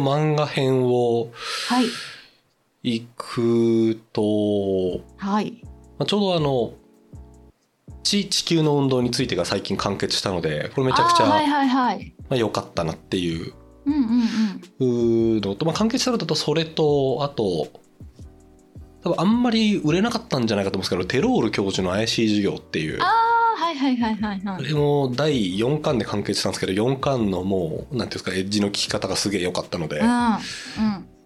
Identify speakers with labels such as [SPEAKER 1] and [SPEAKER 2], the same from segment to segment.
[SPEAKER 1] 漫画編を
[SPEAKER 2] はい。
[SPEAKER 1] 行くと、
[SPEAKER 2] はい。
[SPEAKER 1] まあ、ちょうどあの、地地球の運動についてが最近完結したので、これめちゃくちゃ
[SPEAKER 2] あーはい
[SPEAKER 1] ま
[SPEAKER 2] はいはい。
[SPEAKER 1] あ良かったなっていう
[SPEAKER 2] うんうんうん。
[SPEAKER 1] のと、まあ、完結したのだとそれと、あと、多分あんまり売れなかったんじゃないかと思うんですけど、テロール教授の怪しい授業っていう、あ
[SPEAKER 2] ああ、はいはいはいはいはい。
[SPEAKER 1] れも第4巻で完結したんですけど、4巻のもう、なんていうんですか、エッジの聞き方がすげえ良かったので、
[SPEAKER 2] うん。うん。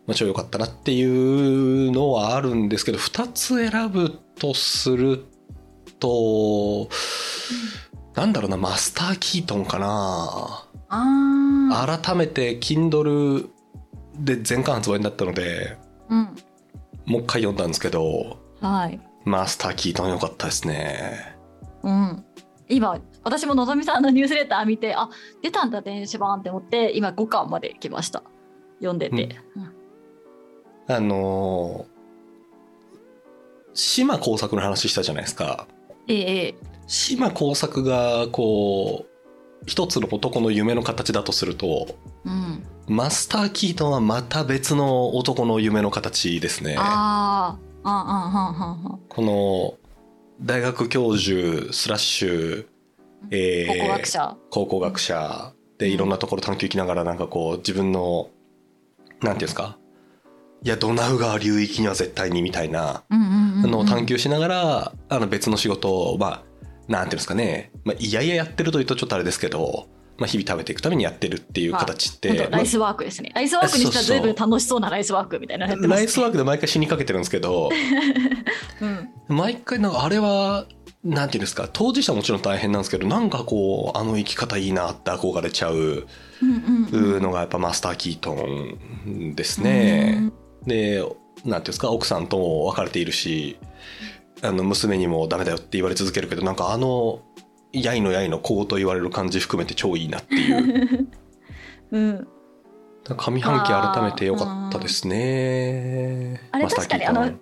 [SPEAKER 1] まあ、超良かったなっていうのはあるんですけど、2つ選ぶとすると、なんだろうな、マスター・キートンかな。
[SPEAKER 2] ああ。
[SPEAKER 1] 改めて、Kindle で全巻発売になったので、
[SPEAKER 2] うん。
[SPEAKER 1] もう一回読んだんですけど、
[SPEAKER 2] はい。
[SPEAKER 1] マスター・キートン良かったですね。
[SPEAKER 2] うん。今、私ものぞみさんのニュースレター見て、あ、出たんだ電子版って思って、今5巻まで来ました。読んでて。
[SPEAKER 1] あのー島工作の話したじゃないですか。
[SPEAKER 2] ええええ
[SPEAKER 1] 島工作が、こう、一つの男の夢の形だとすると、
[SPEAKER 2] うん。
[SPEAKER 1] マスター・キートンはまた別の男の夢の形ですね。
[SPEAKER 2] ああ。ああ、ああ、ああ、ああ。
[SPEAKER 1] この大学教授スラッシュ、えー
[SPEAKER 2] 考古学者。
[SPEAKER 1] 考古学者で
[SPEAKER 2] うん
[SPEAKER 1] いろんなところ探求行きながらなんかこう自分のなんていうんですかいやドナウ川流域には絶対にみたいな
[SPEAKER 2] うんうんうんうん。
[SPEAKER 1] のを探求しながら、あの別の仕事をまあなんていうんですかね、まあ、いやいややってるというとちょっとあれですけど、まあ、日々食べていくためにやってるっていう形って、
[SPEAKER 2] 本当
[SPEAKER 1] まあ
[SPEAKER 2] ライスワークですね。ライスワークにしたら随分楽しそうなライスワークみたいなのやってま
[SPEAKER 1] ラ
[SPEAKER 2] す、ね。
[SPEAKER 1] イスワークで毎回死にかけてるんですけど
[SPEAKER 2] うん。
[SPEAKER 1] 毎回なんかあれはなんていうんですか当事者もちろん大変なんですけどなんかこうあの生き方いいなって憧れちゃう
[SPEAKER 2] うんうんうん。
[SPEAKER 1] のがやっぱマスター・キートンですね。でなんていうんですか奥さんとも別れているしあの娘にもダメだよって言われ続けるけどなんかあのやいのやいの子と言われる感じ含めて超いいなっていう
[SPEAKER 2] うん。うん。
[SPEAKER 1] 上半期改めて良かったですね。
[SPEAKER 2] あーあれ
[SPEAKER 1] マスターキートン
[SPEAKER 2] 確かにあの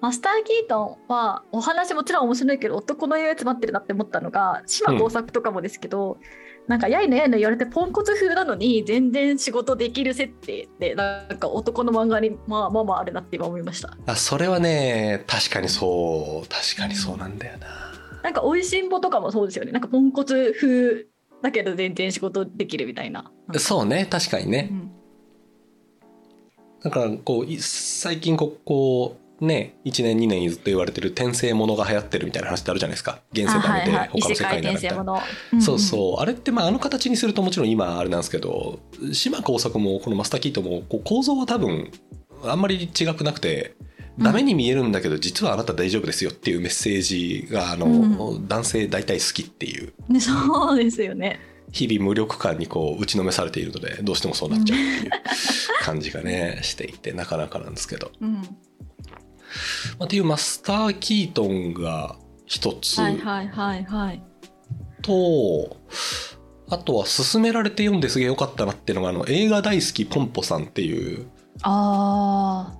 [SPEAKER 2] マスター・キートンはお話もちろん面白いけど男の夢詰まってるなって思ったのが島耕作とかもですけど、なんかやいのやいの言われてポンコツ風なのに全然仕事できる設定でなんか男の漫画にまあまあまああるなって今思いました
[SPEAKER 1] あそれはね確かにそう確かにそうなんだよな
[SPEAKER 2] なんか「おいしんぼ」とかもそうですよねなんかポンコツ風だけど全然仕事できるみたいな
[SPEAKER 1] そうね確かに
[SPEAKER 2] う
[SPEAKER 1] ね
[SPEAKER 2] ん
[SPEAKER 1] だからこうい最近ここうね1年2年ずっと言われてる転生ものが流行ってるみたいな話ってあるじゃないですか現世代で他の世界になるみたいな、
[SPEAKER 2] の。
[SPEAKER 1] そうそうあれってまああの形にするともちろん今あれなんですけど島耕作もこのマスターキートもこう構造は多分あんまり違くなくて
[SPEAKER 2] うん
[SPEAKER 1] ダメに見えるんだけど実はあなた大丈夫ですよっていうメッセージがあの、
[SPEAKER 2] う
[SPEAKER 1] 男性大体好きっていう
[SPEAKER 2] うん。ね そうですよね。
[SPEAKER 1] 日々無力感にこう打ちのめされているのでどうしてもそうなっちゃうっていう感じがねしていてなかなかなんです けど。
[SPEAKER 2] うん。
[SPEAKER 1] まあっていうマスター・キートンが一つと、
[SPEAKER 2] はいはいはいはい。
[SPEAKER 1] あとは勧められて読んですげえ良かったなっていうのがあの映画大好きポンポさんっていう
[SPEAKER 2] あ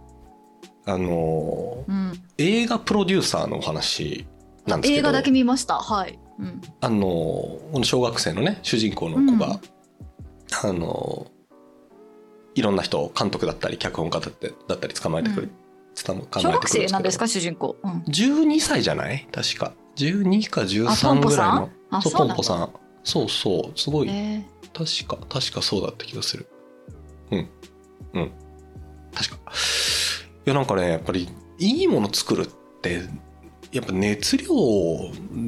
[SPEAKER 1] あの
[SPEAKER 2] あ、うん。
[SPEAKER 1] 映画プロデューサーのお話なんですけど
[SPEAKER 2] 映画だけ見ました。はい。うん。
[SPEAKER 1] あのこの小学生のね主人公の子が、あのいろんな人を監督だったり脚本家だってだったり捕まえてくれ、
[SPEAKER 2] うん
[SPEAKER 1] 捕ま考えてくる
[SPEAKER 2] 小学生なんです
[SPEAKER 1] か
[SPEAKER 2] か主人公。うん。
[SPEAKER 1] 12歳じゃない確か12か
[SPEAKER 2] あ、ポ
[SPEAKER 1] 13
[SPEAKER 2] ンポ
[SPEAKER 1] ぐらい
[SPEAKER 2] さ
[SPEAKER 1] の
[SPEAKER 2] ん。あ、
[SPEAKER 1] そう
[SPEAKER 2] そ
[SPEAKER 1] ポン
[SPEAKER 2] うなんだ
[SPEAKER 1] ポ。さんそうそうすごい
[SPEAKER 2] え
[SPEAKER 1] 確か確かそうだった気がするうんうん確かいやなんかねやっぱりいいもの作るってやっぱ熱量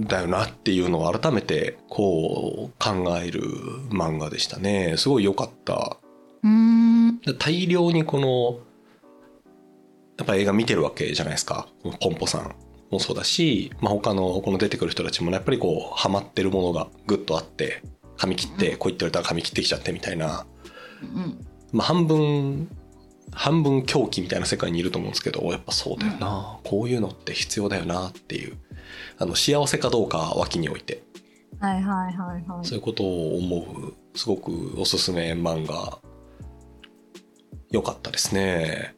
[SPEAKER 1] だよなっていうのを改めてこう考える漫画でしたねすごい良かった
[SPEAKER 2] ーうーん。
[SPEAKER 1] で大量にこのやっぱ映画見てるわけじゃないですかこのポンポさんもそうだし、まあ、他のこの出てくる人たちもねやっぱりこうハマってるものがグッとあって髪切ってこう言ってると髪切ってきちゃってみたいな、
[SPEAKER 2] うん。
[SPEAKER 1] まあ、半分半分狂気みたいな世界にいると思うんですけどやっぱそうだよな、こういうのって必要だよなっていうあの幸せかどうかは脇に置いて
[SPEAKER 2] はいはいはいは
[SPEAKER 1] そういうことを思うすごくおすすめ漫画良かったですね。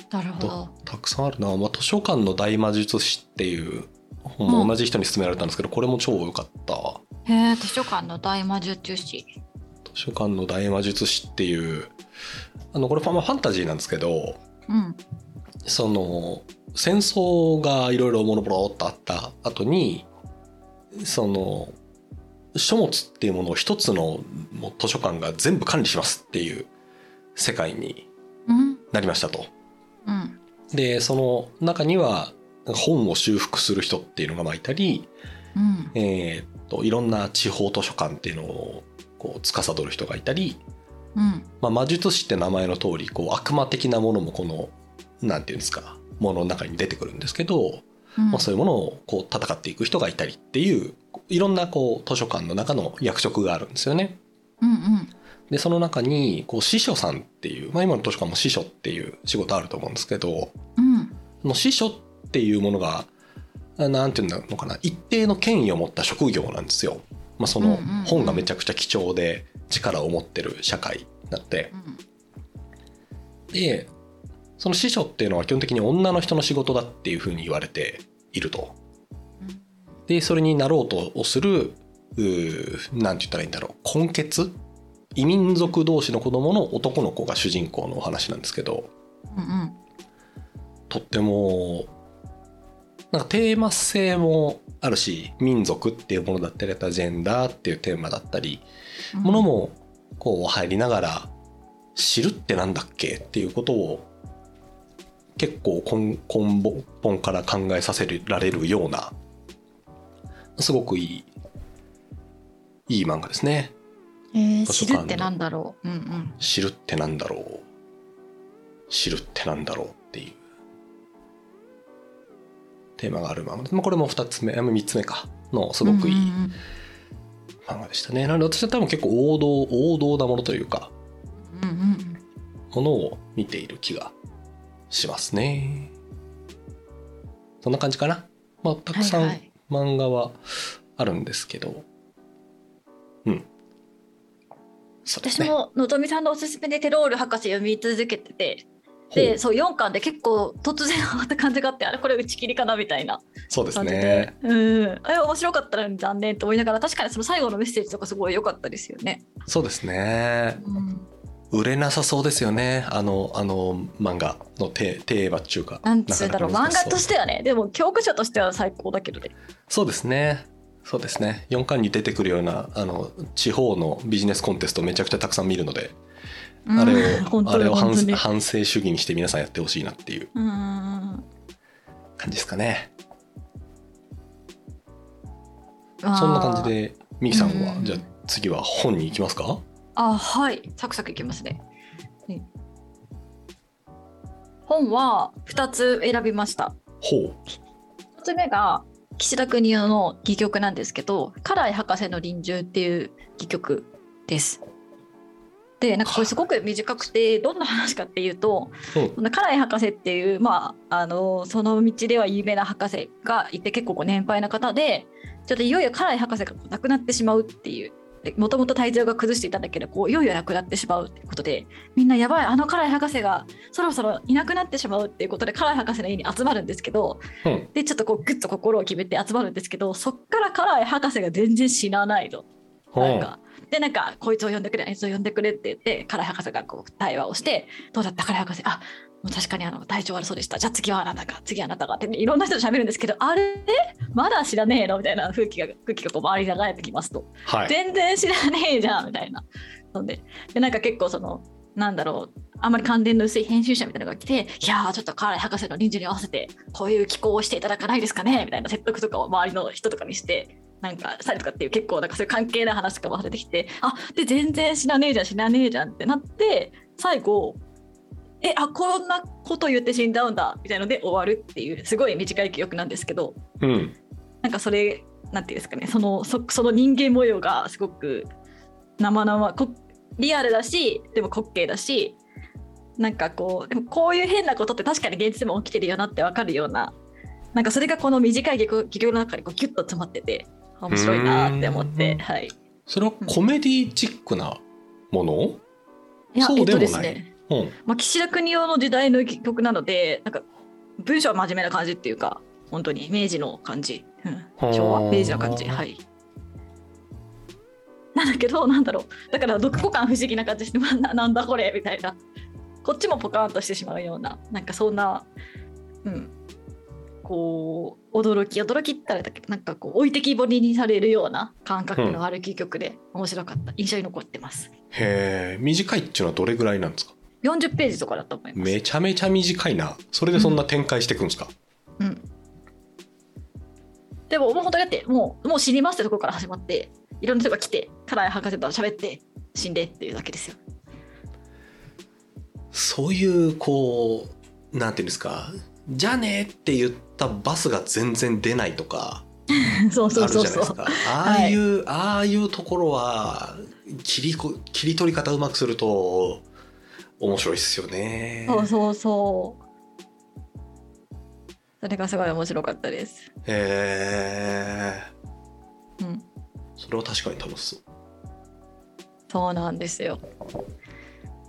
[SPEAKER 2] い。なるほど。
[SPEAKER 1] たくさんあるな、まあ、図書館の大魔術師っていう本も同じ人に勧められたんですけど、これも超良かった
[SPEAKER 3] へえ図書館の大魔術師
[SPEAKER 1] 図書館の大魔術師っていうあのこれファ,、まあファンタジーなんですけど
[SPEAKER 3] うん
[SPEAKER 1] その戦争がいろいろボロボロっとあった後にその書物っていうものを一つのもう図書館が全部管理しますっていう世界に
[SPEAKER 3] うん
[SPEAKER 1] なりましたと。
[SPEAKER 3] うん
[SPEAKER 1] でその中には本を修復する人っていうのがまあいたり、
[SPEAKER 3] うん
[SPEAKER 1] えーっといろんな地方図書館っていうのをこう司る人がいたり、
[SPEAKER 3] うん
[SPEAKER 1] まあ、魔術師って名前の通りこう悪魔的なものもこのなんていうんですかものの中に出てくるんですけど、
[SPEAKER 3] うん
[SPEAKER 1] まあ、そういうものをこう戦っていく人がいたりっていういろんなこう図書館の中の役職があるんですよね。
[SPEAKER 3] うんうん
[SPEAKER 1] でその中にこう司書さんっていう、まあ、今の図書館も司書っていう仕事あると思うんですけど
[SPEAKER 3] うん
[SPEAKER 1] その司書っていうものがあなんていうんだろうのかな一定の権威を持った職業なんですよ。まあ、その
[SPEAKER 3] うんうんうん
[SPEAKER 1] 本がめちゃくちゃ貴重で力を持ってる社会なので、
[SPEAKER 3] うん
[SPEAKER 1] でその師匠っていうのは基本的に女の人の仕事だっていうふうに言われていると
[SPEAKER 3] うん
[SPEAKER 1] でそれになろうとするうーなんて言ったらいいんだろう根血異民族同士の子供の男の子が主人公のお話なんですけど
[SPEAKER 3] うん
[SPEAKER 1] とってもなんかテーマ性もあるし民族っていうものだったりあとはジェンダーっていうテーマだったり
[SPEAKER 3] うん
[SPEAKER 1] ものもこう入りながら知るってなんだっけっていうことを結構根根本から考えさせられるようなすごくいいいい漫画ですね
[SPEAKER 3] えー
[SPEAKER 1] 図書
[SPEAKER 3] 知
[SPEAKER 1] 館
[SPEAKER 3] る
[SPEAKER 1] の
[SPEAKER 3] ってなんだろううんうん
[SPEAKER 1] 知るってなんだろう知るってなんだろうっていうテーマがある漫画ですまあこれも2つ目あ3つ目かのすごくい
[SPEAKER 3] うん
[SPEAKER 1] い漫画でしたねなので私は多分結構王道王道なものというか
[SPEAKER 3] うんうんうん
[SPEAKER 1] ものを見ている気がしますね。そんな感じかな。まあ、たくさ
[SPEAKER 3] はいは
[SPEAKER 1] ん
[SPEAKER 3] い
[SPEAKER 1] 漫画はあるんですけど。うん。そうです
[SPEAKER 2] 私
[SPEAKER 1] ね。
[SPEAKER 2] ものぞみさんのおすすめでテロール博士読み続けてて
[SPEAKER 1] ほ
[SPEAKER 2] で
[SPEAKER 1] う
[SPEAKER 2] そう4巻で結構突然終わった感じがあってあれこれ打ち切りかなみたいな
[SPEAKER 1] そうです
[SPEAKER 2] 感じ
[SPEAKER 1] ね
[SPEAKER 2] で。うんあれ面白かったのに残念と思いながら確かにその最後のメッセージとかすごい良かったですよね。
[SPEAKER 1] そうですね。
[SPEAKER 3] うん
[SPEAKER 1] 売れなさそうですよね。あの、あの漫画のテテーマっていうか。
[SPEAKER 3] なん
[SPEAKER 2] そうだろう
[SPEAKER 1] なか
[SPEAKER 2] 漫
[SPEAKER 1] なか
[SPEAKER 2] 画
[SPEAKER 1] 難
[SPEAKER 2] と
[SPEAKER 1] しそう
[SPEAKER 2] してはねでも教科書としては最高だけどね。
[SPEAKER 1] そうですね。そうですね。4巻に出てくるような、あの、地方のビジネスコンテストめちゃくちゃたくさん見るので。あれ
[SPEAKER 3] うん
[SPEAKER 1] を、
[SPEAKER 2] 本当
[SPEAKER 1] あ
[SPEAKER 2] に
[SPEAKER 1] れを反
[SPEAKER 2] 本当に
[SPEAKER 1] 反省主義にして皆さんやってほしいなっていう
[SPEAKER 2] うん
[SPEAKER 1] 感じですかね。
[SPEAKER 3] あー
[SPEAKER 1] そんな感じで、ミキさんは、
[SPEAKER 3] うん
[SPEAKER 1] じゃあ次は本に行きますか
[SPEAKER 3] あはいサクサクいきますね。ね
[SPEAKER 2] 本は2つ選びました。
[SPEAKER 1] ほう。
[SPEAKER 2] 1つ目が岸田邦夫の戯曲なんですけど「家来博士の臨終」っていう戯曲です。でなんかこれすごく短くてどんな話かっていうと
[SPEAKER 1] うん
[SPEAKER 2] その家来博士っていう、まあ、あのその道では有名な博士がいて結構ご年配な方でちょっといよいよ家来博士が亡くなってしまうっていう。もともと体調が崩していたんだけどこういよいよなくなってしまうってことでみんなやばいあの家来博士がそろそろいなくなってしまうっていうことで家来博士の家に集まるんですけど、
[SPEAKER 1] うん
[SPEAKER 2] でちょっとこうグッと心を決めて集まるんですけどそっから家来博士が全然死なないと。なんかでなんかこいつを呼んでくれあいつを呼んでくれって言ってカラ博士がこう対話をしてどうだったカラ博士あもう確かにあの体調悪そうでしたじゃあ次はあなたか次はあなたかって、いろんな人と喋るんですけどあれまだ知らねえのみたいな空気が空気がこう周りに流れてきますと
[SPEAKER 1] はい。
[SPEAKER 2] 全然知らねえじゃんみたいなのででなんか結構そのなんだろうあんまり関連の薄い編集者みたいなのが来て「いやーちょっとカーライ博士の臨時に合わせてこういう寄稿をしていただかないですかね」みたいな説得とかを周りの人とかにして。なんかしたりとかっていう結構なんかそういう関係ない話とかもされてきてあで全然知らねえじゃん知らねえじゃんってなって最後えあこんなこと言って死んじゃうんだみたいので終わるっていうすごい短い記憶なんですけど
[SPEAKER 1] うん。
[SPEAKER 2] なんかそれなんていうんですかねそのそその人間模様がすごく生々こリアルだしでも滑稽だしなんかこうでもこういう変なことって確かに現実でも起きてるよなってわかるようななんかそれがこの短い戯曲戯曲の中にこうギュッと詰まってて面白いなって思っ
[SPEAKER 1] う
[SPEAKER 2] て
[SPEAKER 1] ん
[SPEAKER 2] はい
[SPEAKER 1] それはコメディチックなもの
[SPEAKER 2] いや
[SPEAKER 1] そうでもない
[SPEAKER 2] えっとですね、
[SPEAKER 1] うん。
[SPEAKER 2] まあ、岸田国夫の時代の戯曲なのでなんか文章は真面目な感じっていうか本当に明治の感じ、うん、昭和
[SPEAKER 1] はあ
[SPEAKER 2] 明治の感じはいなんだけどなんだろうだから読後感不思議な感じしてまあ ななんだこれみたいなこっちもポカーンとしてしまうようななんかそんなうんこう驚き驚きって言ったらあれだけどなんかこう置いてきぼりにされるような感覚の歩き曲で面白かった、印象に残ってます
[SPEAKER 1] へえ短いっていうのはどれぐらいなんですか
[SPEAKER 2] 40ページとかだと思います
[SPEAKER 1] めちゃめちゃ短いなそれでそんな展開していくんですか、
[SPEAKER 2] うん、でももう本当にだってもうもう死にますってとこから始まっていろんな人が来てカラー博士と喋って死んでっていうだけですよ。
[SPEAKER 1] そういうこうなんていうんですかじゃあねって言ったバスが全然出ないとか
[SPEAKER 2] そう
[SPEAKER 1] あ
[SPEAKER 2] そう
[SPEAKER 1] るじゃ
[SPEAKER 2] そ
[SPEAKER 1] ないで
[SPEAKER 2] うそ
[SPEAKER 1] す
[SPEAKER 2] う。
[SPEAKER 1] かああいう、ああいうところは切りこ切り取り方うまくすると面白いっすよね
[SPEAKER 2] そうそうそう。それがすごい面白かったです。
[SPEAKER 1] へえ
[SPEAKER 2] うん、
[SPEAKER 1] それは確かに楽しそう
[SPEAKER 2] そうなんですよ。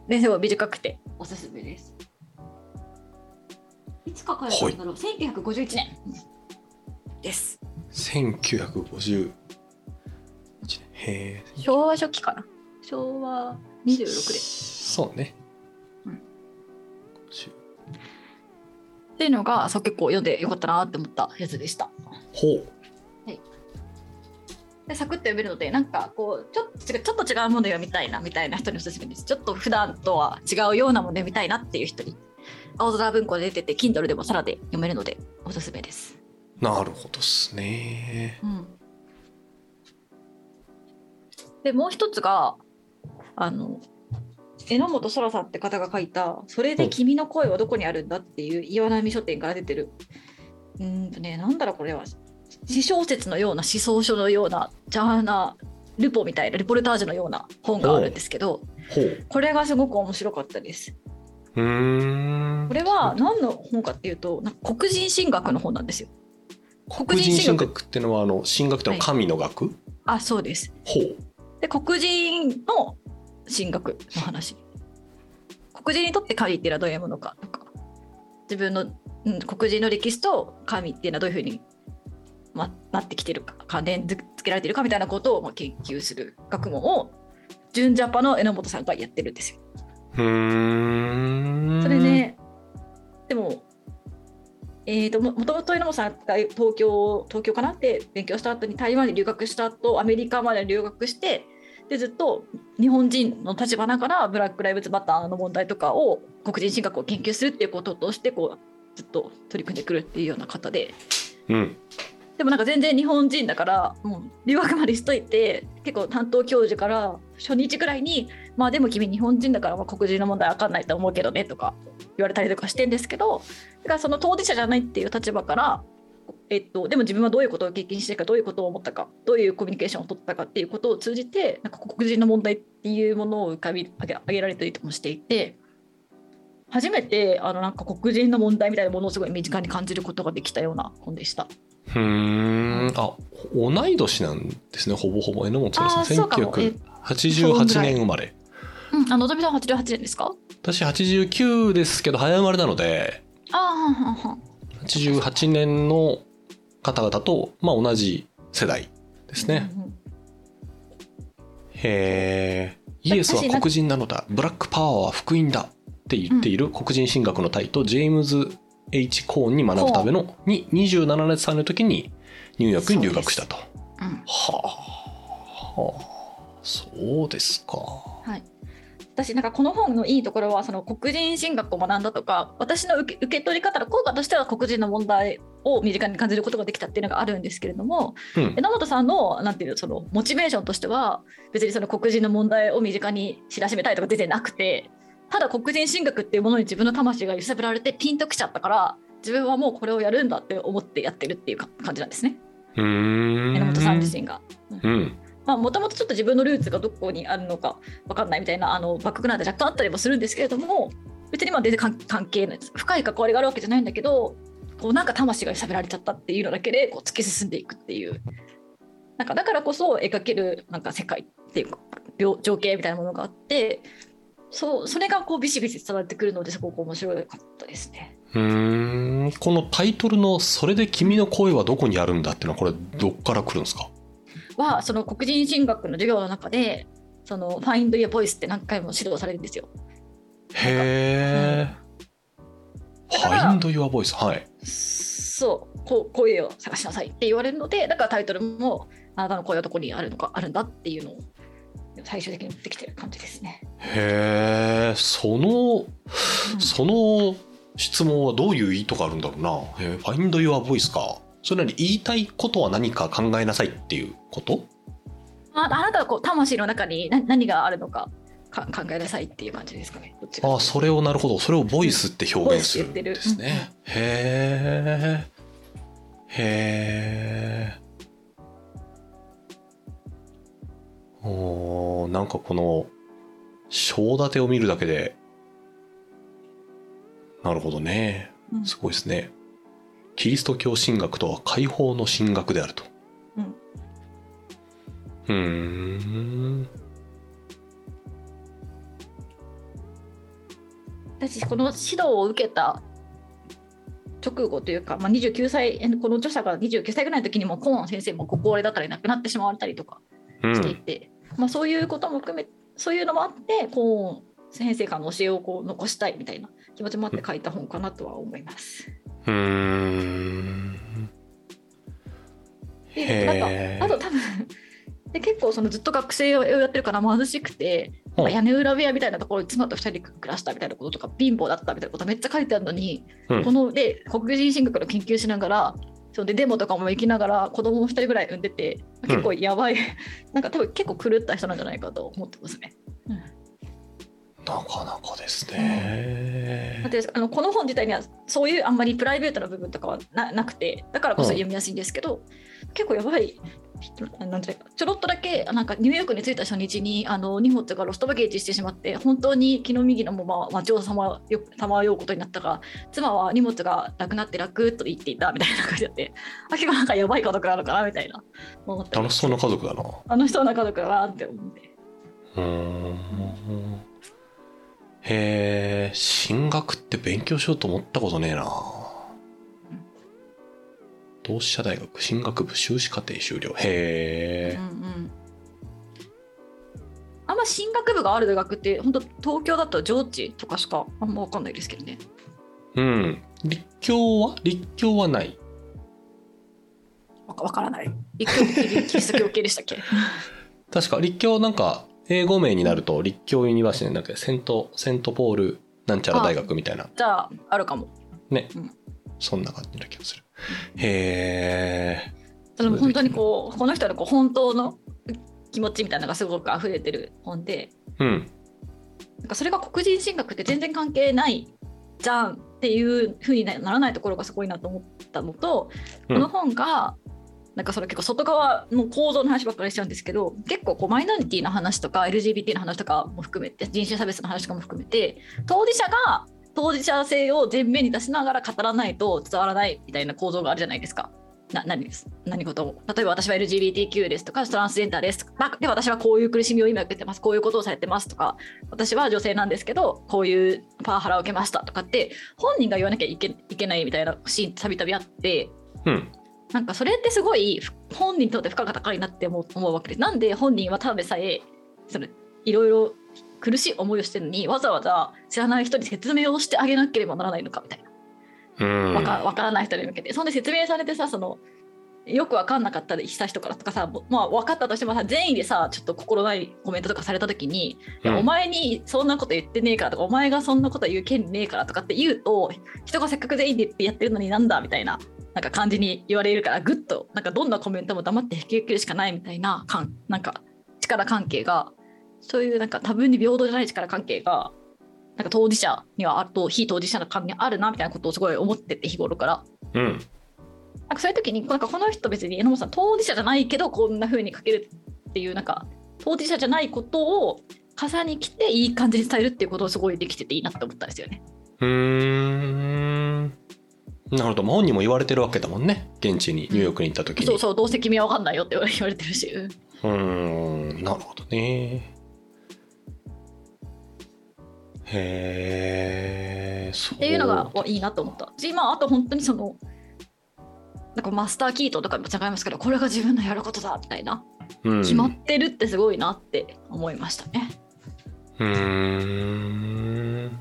[SPEAKER 2] ですごい短くて。
[SPEAKER 3] おすすめです。いつ書かれたんだろう、1951年です。
[SPEAKER 1] 1951年へえ
[SPEAKER 2] 昭和初期かな。昭和26です。
[SPEAKER 1] そうね
[SPEAKER 3] うん
[SPEAKER 1] 50
[SPEAKER 2] っていうのがそう結構読んでよかったなって思ったやつでした。
[SPEAKER 1] ほう
[SPEAKER 2] でサクッと読めるのでなんかこうちょっと違うちょっと違うもの読みたいなみたいな人におすすめですちょっと普段とは違うようなもの読みたいなっていう人に青空文庫で出てて Kindle でもさらで読めるのでおすすめです、
[SPEAKER 1] なるほどっすね
[SPEAKER 2] でもう一つがあの榎本空さんって方が書いた「それで君の声はどこにあるんだ」っていう岩波書店から出てるうーんとねなんだろうこれは私小説のような思想書のようなジャーナルポみたいなレポルタージュのような本があるんですけど
[SPEAKER 1] ほう
[SPEAKER 2] これがすごく面白かったです。
[SPEAKER 1] うーん
[SPEAKER 2] これは何の本かっていうとなんか黒人神学の本なんですよ。
[SPEAKER 1] 黒人神学ってのはあの神学ってのは神の学、
[SPEAKER 2] あそうです。
[SPEAKER 1] ほう
[SPEAKER 2] で黒人の神学の話黒人にとって神っていうのはどういうものかとか自分の、うん、黒人の歴史と神っていうのはどういうふうに、ま、なってきてるか関連づけられてるかみたいなことを、まあ、研究する学問を純ジャパの榎本さんがやってるんですよ。
[SPEAKER 1] うーん
[SPEAKER 2] それね、でも、えー、とももともと榎本さんが東京東京かなって勉強した後に台湾に留学した後アメリカまで留学してでずっと日本人の立場ながらブラック・ライブズ・バターの問題とかを黒人神学を研究するっていうことを通してこうずっと取り組んでくるっていうような方で
[SPEAKER 1] うん
[SPEAKER 2] でもなんか全然日本人だからもう留学までしといて結構担当教授から初日くらいに「まあでも君日本人だからまあ黒人の問題わかんないと思うけどね」とか言われたりとかしてんですけどだからその当事者じゃないっていう立場から、えっと、でも自分はどういうことを経験してかどういうことを思ったかどういうコミュニケーションを取ったかっていうことを通じてなんか黒人の問題っていうものを浮かび上げ上げられたりともしていて。初めてあのなんか黒人の問題みたいなものをすごい身近に感じることができたような本でした。
[SPEAKER 1] ふーんあ同い年なんですねほぼほぼ榎本さん
[SPEAKER 2] あーそうかも
[SPEAKER 1] 1988年生まれ
[SPEAKER 2] うん、あのぞみさん88年ですか
[SPEAKER 1] 私89ですけど早生まれなので
[SPEAKER 2] ああはんはんはん
[SPEAKER 1] 88年の方々と、まあ、同じ世代ですね、
[SPEAKER 2] うんうん
[SPEAKER 1] へえイエスは黒人なのだブラックパワーは福音だって言っている黒人神学のタイとジェームズ・ H ・コーンに学ぶためのに27歳の時にニューヨークに留学したと。
[SPEAKER 3] うん。
[SPEAKER 1] はあ、はあ、そうですか。
[SPEAKER 2] はい私なんかこの本のいいところはその黒人神学を学んだとか私の受け受け取り方の効果としては黒人の問題を身近に感じることができたっていうのがあるんですけれども
[SPEAKER 1] うん、
[SPEAKER 2] 榎本さんのなんていうのそのモチベーションとしては別にその黒人の問題を身近に知らしめたいとか全然なくてただ黒人神学っていうものに自分の魂が揺さぶられてピンときちゃったから自分はもうこれをやるんだって思ってやってるっていうか感じなんですね
[SPEAKER 1] うーん
[SPEAKER 2] 榎本さん自身が。
[SPEAKER 1] うん、
[SPEAKER 2] まあもともとちょっと自分のルーツがどこにあるのかわかんないみたいなあのバックグラウンド若干あったりもするんですけれども別にまあ全然関関係ないです深い関わりがあるわけじゃないんだけどこうなんか魂が揺さぶられちゃったっていうのだけでこう突き進んでいくっていうなんかだからこそ描けるなんか世界っていうか病情景みたいなものがあってそうそれがこうビシビシ伝わってくるのですごく面白かったですね。
[SPEAKER 1] うーんこのタイトルの「それで君の声はどこにあるんだ」っていうのはこれどっから来るんですか
[SPEAKER 2] はその黒人神学の授業の中でその「Find Your Voice」って何回も指導されるんですよ。
[SPEAKER 1] へえ。
[SPEAKER 2] だ
[SPEAKER 1] フ
[SPEAKER 2] から
[SPEAKER 1] ァインド・ユア・ボイス。はい。
[SPEAKER 2] そうこう声を探しなさいって言われるのでだからタイトルも「あなたの声はどこにあるのかあるんだ」っていうのを最終的に持ってきてる感じですね。
[SPEAKER 1] へえ、その、
[SPEAKER 2] うん
[SPEAKER 1] その質問はどういう意図があるんだろうな。へえ、ファインド・ユア・ボイスか。それなり言いたいことは何か考えなさいっていうこと
[SPEAKER 2] ああなたはこう魂の中に何何があるのかか考えなさいっていう感じですかね。どっち
[SPEAKER 1] ああ、それをなるほど。それをボイスって表現するんです
[SPEAKER 2] ボイス
[SPEAKER 1] ね。へえ。へえ。おーなんかこの、章立てを見るだけで、なるほどね。
[SPEAKER 2] うん
[SPEAKER 1] すごいですね。キリスト教神学とは解放の神学であると。
[SPEAKER 2] うん
[SPEAKER 1] うーん。
[SPEAKER 2] 私この指導を受けた直後というか、まあ、29歳この著者が29歳ぐらいの時にも顧問の先生もご高齢だったり亡くなってしまわれたりとか
[SPEAKER 1] うん
[SPEAKER 2] していて、まあ、そういうことも含めそういうのもあって顧問先生からの教えをこう残したいみたいな気持ちもあって書いた本かなとは思います。
[SPEAKER 1] うーん。
[SPEAKER 2] でなんか
[SPEAKER 1] へー
[SPEAKER 2] あと多分で結構そのずっと学生をやってるから貧しくて、
[SPEAKER 1] うん
[SPEAKER 2] 屋根裏部屋みたいなところに妻と2人で暮らしたみたいなこととか貧乏だったみたいなことめっちゃ書いてあるのに、
[SPEAKER 1] うん
[SPEAKER 2] こので黒人神学の研究しながらそうでデモとかも行きながら子供も2人ぐらい産んでて
[SPEAKER 1] ん
[SPEAKER 2] 結構やばい、 なんか多分結構狂った人なんじゃないかと思ってますね。
[SPEAKER 1] なかなかですね。
[SPEAKER 2] だってあのこの本自体にはそういうあんまりプライベートな部分とかはななくてだからこそ読みやすいんですけど、結構やばい人なんていうかちょろっとだけなんかニューヨークに着いた初日にあの荷物がロストバゲージしてしまって本当に気の右のまま街をさまよさまようことになったが妻は荷物がなくなって楽と言っていたみたいな感じだってあ結構なんかやばい家族なのかなみたいな思った
[SPEAKER 1] 楽しそうな家族だな。う
[SPEAKER 2] 楽しそうな家族だなって思って。
[SPEAKER 1] ーん。へえ、進学って勉強しようと思ったことねえな。同志社大学進学部修士課程修了。へ
[SPEAKER 2] う
[SPEAKER 1] え。
[SPEAKER 2] んうんあんま進学部がある大学って本当東京だと上智とかしかあんま分かんないですけどね
[SPEAKER 1] うん。立教は立教はない。
[SPEAKER 2] わかわからない立教系キリスト教系でしたっけ
[SPEAKER 1] 確か立教なんか英語名になると立教ユニバーシティなんかセントセントポールなんちゃら大学みたいな
[SPEAKER 2] じゃああるかも
[SPEAKER 1] そんな感じな気がする。へえ。
[SPEAKER 2] それも本当にこうこの人のこう本当の気持ちみたいなのがすごく溢れてる本で
[SPEAKER 1] うん。
[SPEAKER 2] なんかそれが黒人進学って全然関係ないじゃんっていう風にならないところがすごいなと思ったのと、
[SPEAKER 1] うん
[SPEAKER 2] この本がなんかその結構外側の構造の話ばっかりしちゃうんですけど結構こうマイノリティの話とか LGBT の話とかも含めて人種差別の話とかも含めて当事者が当事者性を前面に出しながら語らないと伝わらないみたいな構造があるじゃないですか。な何です何事も例えば私は LGBTQ ですとかトランスジェンダーですとか、まあで私はこういう苦しみを今受けてますこういうことをされてますとか私は女性なんですけどこういうパワハラを受けましたとかって本人が言わなきゃいけいけないみたいなシーンたびたびあって
[SPEAKER 1] うん。
[SPEAKER 2] なんかそれってすごいふ本人にとって負荷が高いなって思う思うわけです。なんで本人はただでさえそのいろいろ苦しい思いをしてるのにわざわざ知らない人に説明をしてあげなければならないのかみたいな
[SPEAKER 1] うん。
[SPEAKER 2] わかわからない人に向けてそんで説明されてさそのよく分かんなかったりした人からとかさ、もまあ、分かったとしてもさ善意でさちょっと心ないコメントとかされた時にいや
[SPEAKER 1] うん
[SPEAKER 2] お前にそんなこと言ってねえからとかお前がそんなこと言う権利ねえからとかって言うと人がせっかく全員でやってるのになんだみたいななんか感じに言われるからぐっとなんかどんなコメントも黙って引き受けるしかないみたいな感なんか力関係がそういうなんか多分に平等じゃない力関係がなんか当事者にはあると非当事者の感にあるなみたいなことをすごい思ってて日頃から
[SPEAKER 1] うん。
[SPEAKER 2] なんかそういう時になんかこの人別に榎本さん当事者じゃないけどこんな風に書けるっていうなんか当事者じゃないことを重に来ていい感じに伝えるっていうことをすごいできてていいなって思ったんですよね。
[SPEAKER 1] うーん。なるほど。まあ本人も言われてるわけだもんね。現地に、ニューヨークに行った時に。
[SPEAKER 2] そうそうどうせ君は分かんないよって言われ言われてるし、うん
[SPEAKER 1] うーん、なるほどね。へえ、そう。っ
[SPEAKER 2] っていうのがいいなと思ったし、まあ、あと本当にそのなんかマスターキートンとかにも違いますけどこれが自分のやることだみたいな
[SPEAKER 1] うん
[SPEAKER 2] 決まってるってすごいなって思いましたね。
[SPEAKER 1] うーん。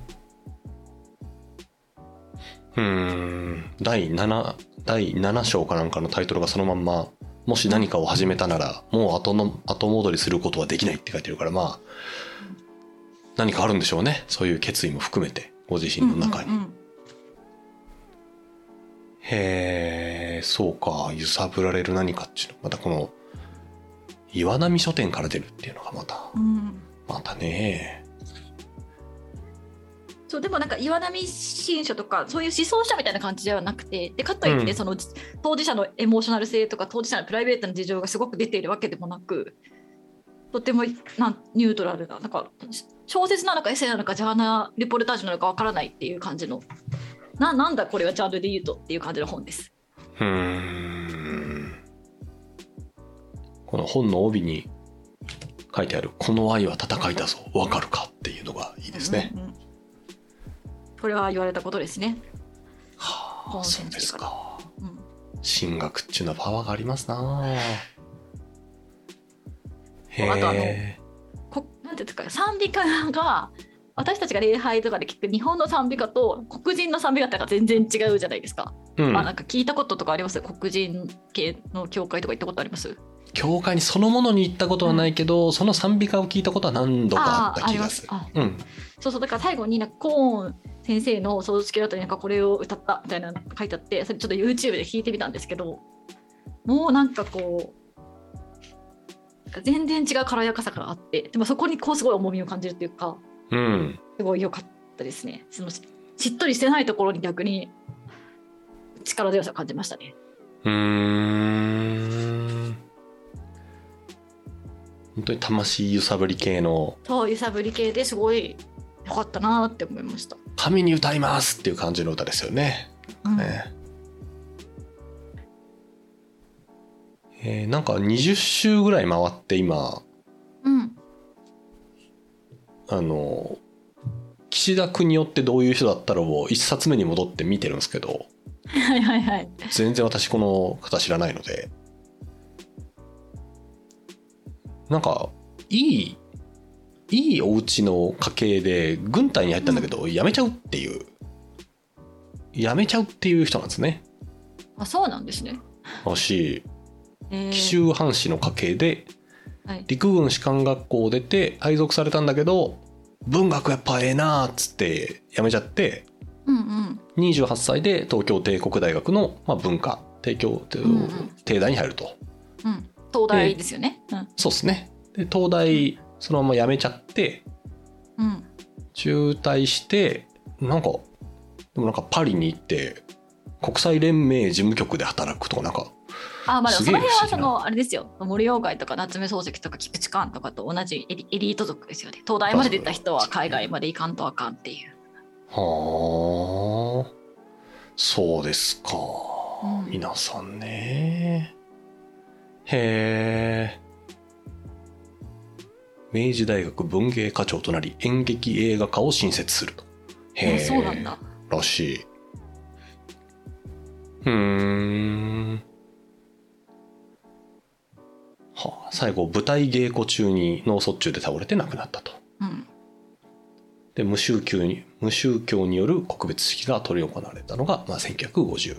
[SPEAKER 1] うーん。第7、第7章かなんかのタイトルがそのまんま、もし何かを始めたなら、もう後の、後戻りすることはできないって書いてるから、まあ、何かあるんでしょうね。そういう決意も含めて、ご自身の中に。
[SPEAKER 3] うんうんうん
[SPEAKER 1] へえ、そうか、揺さぶられる何かっていうの。またこの、岩波書店から出るっていうのがまた、
[SPEAKER 3] うん
[SPEAKER 1] またね。
[SPEAKER 2] そうでもなんか岩波新書とかそういう思想者みたいな感じではなくてでかといっ
[SPEAKER 1] う
[SPEAKER 2] て
[SPEAKER 1] ん
[SPEAKER 2] その、当事者のエモーショナル性とか当事者のプライベートな事情がすごく出ているわけでもなくとてもなんニュートラルななんか小説なのかエッセイなのかジャーナルリポルタージュなのかわからないっていう感じのななんだこれはジャンルで言うとっていう感じの本です。
[SPEAKER 1] うーん。この本の帯に書いてある、この愛は戦いだぞ、わかるかっていうのがいいですね。
[SPEAKER 3] うんうん
[SPEAKER 2] これは言われたことですね。
[SPEAKER 1] はあ、そうですか。
[SPEAKER 2] うん、
[SPEAKER 1] 進学っていうのはパワーがありますなへ
[SPEAKER 2] あとあの
[SPEAKER 1] え。
[SPEAKER 2] こなんていうんですか賛美歌が私たちが礼拝とかで聞く日本の賛美歌と黒人の賛美歌ってなんか全然違うじゃないですか。
[SPEAKER 1] うん
[SPEAKER 2] あなんか聞いたこととかあります黒人系の教会とか行ったことあります
[SPEAKER 1] 教会にそのものに行ったことはないけど、その賛美歌を聞いたことは何度かあった気がする。
[SPEAKER 2] あーあり
[SPEAKER 1] うん。
[SPEAKER 2] そうそうだから最後になんかコーン先生の葬式だったりなんかこれを歌ったみたいなの書いてあってそれちょっと YouTube で聞いてみたんですけどもうなんかこうなんか全然違う軽やかさがあってでもそこにこうすごい重みを感じるというか
[SPEAKER 1] うん。
[SPEAKER 2] すごい良かったですねそのししっとりしてないところに逆に力強さを感じましたね。
[SPEAKER 1] うーん。本当に魂揺さぶり系の
[SPEAKER 2] そう揺さぶり系ですごい良かったなって思いました。
[SPEAKER 1] 神に歌いますっていう感じの歌ですよね。
[SPEAKER 2] うん
[SPEAKER 1] ねえーなんか20周ぐらい回って今
[SPEAKER 2] うん
[SPEAKER 1] あの岸田君によってどういう人だったろうを1冊目に戻って見てるんですけど
[SPEAKER 2] はいはいはい。
[SPEAKER 1] 全然私この方知らないのでなんかいいいいお家の家系で軍隊に入ったんだけど辞めちゃうっていう辞めちゃうっていう人なんですね。
[SPEAKER 2] あ、そうなんですね。
[SPEAKER 1] らしい
[SPEAKER 2] えー
[SPEAKER 1] 紀州藩士の家系で
[SPEAKER 2] はい。
[SPEAKER 1] 陸軍士官学校を出て配属されたんだけど文学やっぱええなーっつって辞めちゃって
[SPEAKER 2] うんうん。
[SPEAKER 1] 28歳で東京帝国大学の、まあ、文化帝京帝
[SPEAKER 2] うんうん
[SPEAKER 1] 帝大に入ると、
[SPEAKER 2] うん。東大ですよね。うん
[SPEAKER 1] そうですねで東大そのまま辞めちゃって
[SPEAKER 2] うん。
[SPEAKER 1] 中退してなんかでもなんかパリに行って国際連盟事務局で働くとかなんか
[SPEAKER 2] あ、まあ、でも
[SPEAKER 1] す
[SPEAKER 2] そ
[SPEAKER 1] げ
[SPEAKER 2] の
[SPEAKER 1] え不思
[SPEAKER 2] 辺は
[SPEAKER 1] 議な
[SPEAKER 2] そのあれですよ。森鴎外とか夏目漱石とか菊池寛とかと同じエリエリート族ですよね。東大まで出た人は海外まで行かんとあかんっていう。
[SPEAKER 1] はあそうですか、
[SPEAKER 2] うん
[SPEAKER 1] 皆さんねへえ明治大学文芸課長となり演劇映画科を新設するとへ
[SPEAKER 2] あ
[SPEAKER 1] え
[SPEAKER 2] そうなんだ。
[SPEAKER 1] らしいうーんはあ最後舞台稽古中に脳卒中で倒れて亡くなったと
[SPEAKER 2] うん。
[SPEAKER 1] で無宗教に無宗教による告別式が執り行われたのが、まあ、1954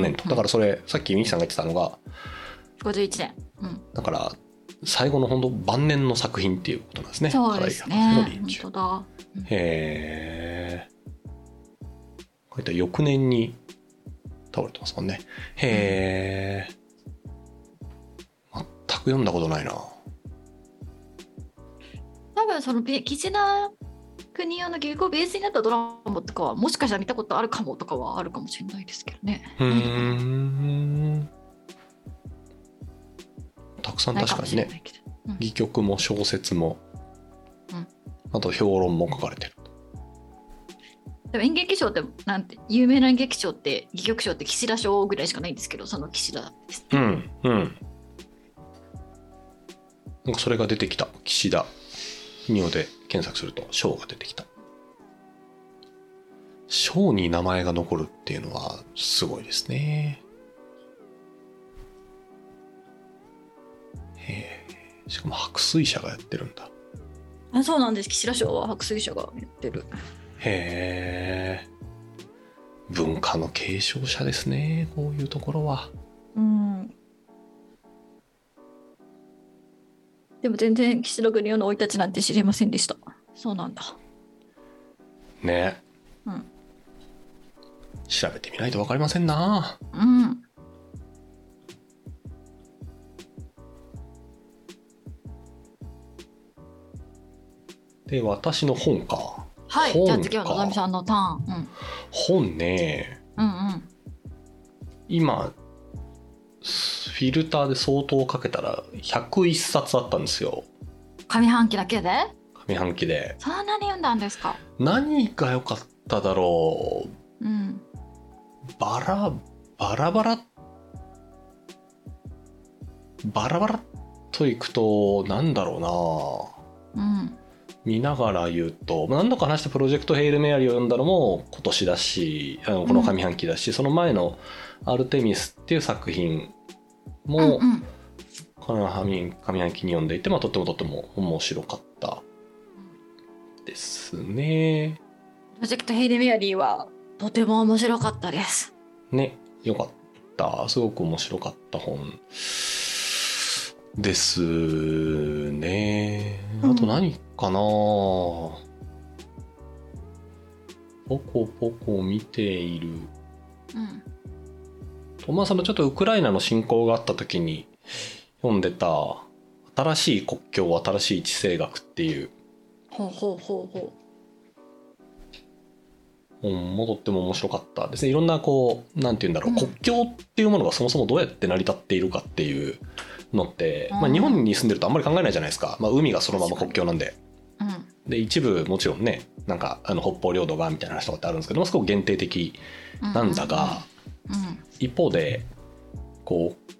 [SPEAKER 1] 年とだからそれさっきミキさんが言ってたのが
[SPEAKER 2] 51年。うん。
[SPEAKER 1] だから最後の本当晩年の作品っていうことなんですね
[SPEAKER 2] そうです
[SPEAKER 1] カライ
[SPEAKER 2] ね
[SPEAKER 1] 博士の。臨
[SPEAKER 2] 本
[SPEAKER 1] 終
[SPEAKER 2] 当だ。
[SPEAKER 1] へえこういった翌年に倒れてますもんねへえ全く読んだことないな
[SPEAKER 2] 多分そのべ岸田国用の牛をベースになったドラマとかはもしかしたら見たことあるかもとかはあるかもしれないですけどね。
[SPEAKER 1] うーんたくさん
[SPEAKER 2] ない
[SPEAKER 1] 確か
[SPEAKER 2] かも
[SPEAKER 1] に
[SPEAKER 2] しれ
[SPEAKER 1] ね
[SPEAKER 2] ないけど。
[SPEAKER 1] 戯曲も小説も、
[SPEAKER 2] うん
[SPEAKER 1] あと評論も書かれてる
[SPEAKER 2] でも演劇賞ってなんて有名な演劇賞って戯曲賞って岸田賞ぐらいしかないんですけどその岸田です。
[SPEAKER 1] うんうんなんかそれが出てきた岸田妙で検索すると賞が出てきた賞に名前が残るっていうのはすごいですねへえしかも白水社がやってるんだ
[SPEAKER 2] あそうなんです岸田賞は白水社がやってる
[SPEAKER 1] へえ文化の継承者ですねこういうところは
[SPEAKER 2] うんでも全然岸田国夫の生い立ちなんて知りませんでしたそうなんだ
[SPEAKER 1] ね
[SPEAKER 2] うん
[SPEAKER 1] 調べてみないと分かりませんな
[SPEAKER 2] うん
[SPEAKER 1] で私の本か
[SPEAKER 2] はい
[SPEAKER 1] 本
[SPEAKER 2] じ
[SPEAKER 1] か
[SPEAKER 2] ゃあ次はのぞみさんのターン、
[SPEAKER 1] 本ね
[SPEAKER 2] うん、うんうん
[SPEAKER 1] 今フィルターで相当かけたら101冊あったんですよ
[SPEAKER 2] 上半期だけで
[SPEAKER 1] 上半期で
[SPEAKER 2] そんなに読んだんですか
[SPEAKER 1] 何が良かっただろう
[SPEAKER 2] うん
[SPEAKER 1] バラバラバラバラバラといくとなんだろ
[SPEAKER 2] うん
[SPEAKER 1] うな見ながら言うとまあ何度か話したプロジェクト「ヘイル・メアリー」を読んだのも今年だしあのこの上半期だし、その前の「アルテミス」っていう作品
[SPEAKER 2] うん
[SPEAKER 1] も
[SPEAKER 2] うん
[SPEAKER 1] この上上半期に読んでいて、まあ、とってもとっても面白かったですね。
[SPEAKER 2] プロジェクトヘイデメアリーはとても面白かったです
[SPEAKER 1] ね、よかった。すごく面白かった本ですね。
[SPEAKER 2] うん
[SPEAKER 1] あと何かな、ポコポコ見ている
[SPEAKER 2] うん
[SPEAKER 1] と、まあそのちょっとウクライナの侵攻があった時に読んでた新しい国境、新しい地政学っていう
[SPEAKER 2] ほうほうほうほ
[SPEAKER 1] 本もとっても面白かったですね。いろんなこう、なんて言うんだろう、
[SPEAKER 2] うん
[SPEAKER 1] 国境っていうものがそもそもどうやって成り立っているかっていうのって、ま
[SPEAKER 2] う
[SPEAKER 1] あ
[SPEAKER 2] ん
[SPEAKER 1] 日本に住んでるとあんまり考えないじゃないですか。まあ海がそのまま国境なんで。
[SPEAKER 2] ううん
[SPEAKER 1] で、一部もちろんね、なんかあの北方領土がみたいな話とかってあるんですけど、すごく限定的
[SPEAKER 2] う
[SPEAKER 1] なんだが、
[SPEAKER 2] うん
[SPEAKER 1] 一方で、こう、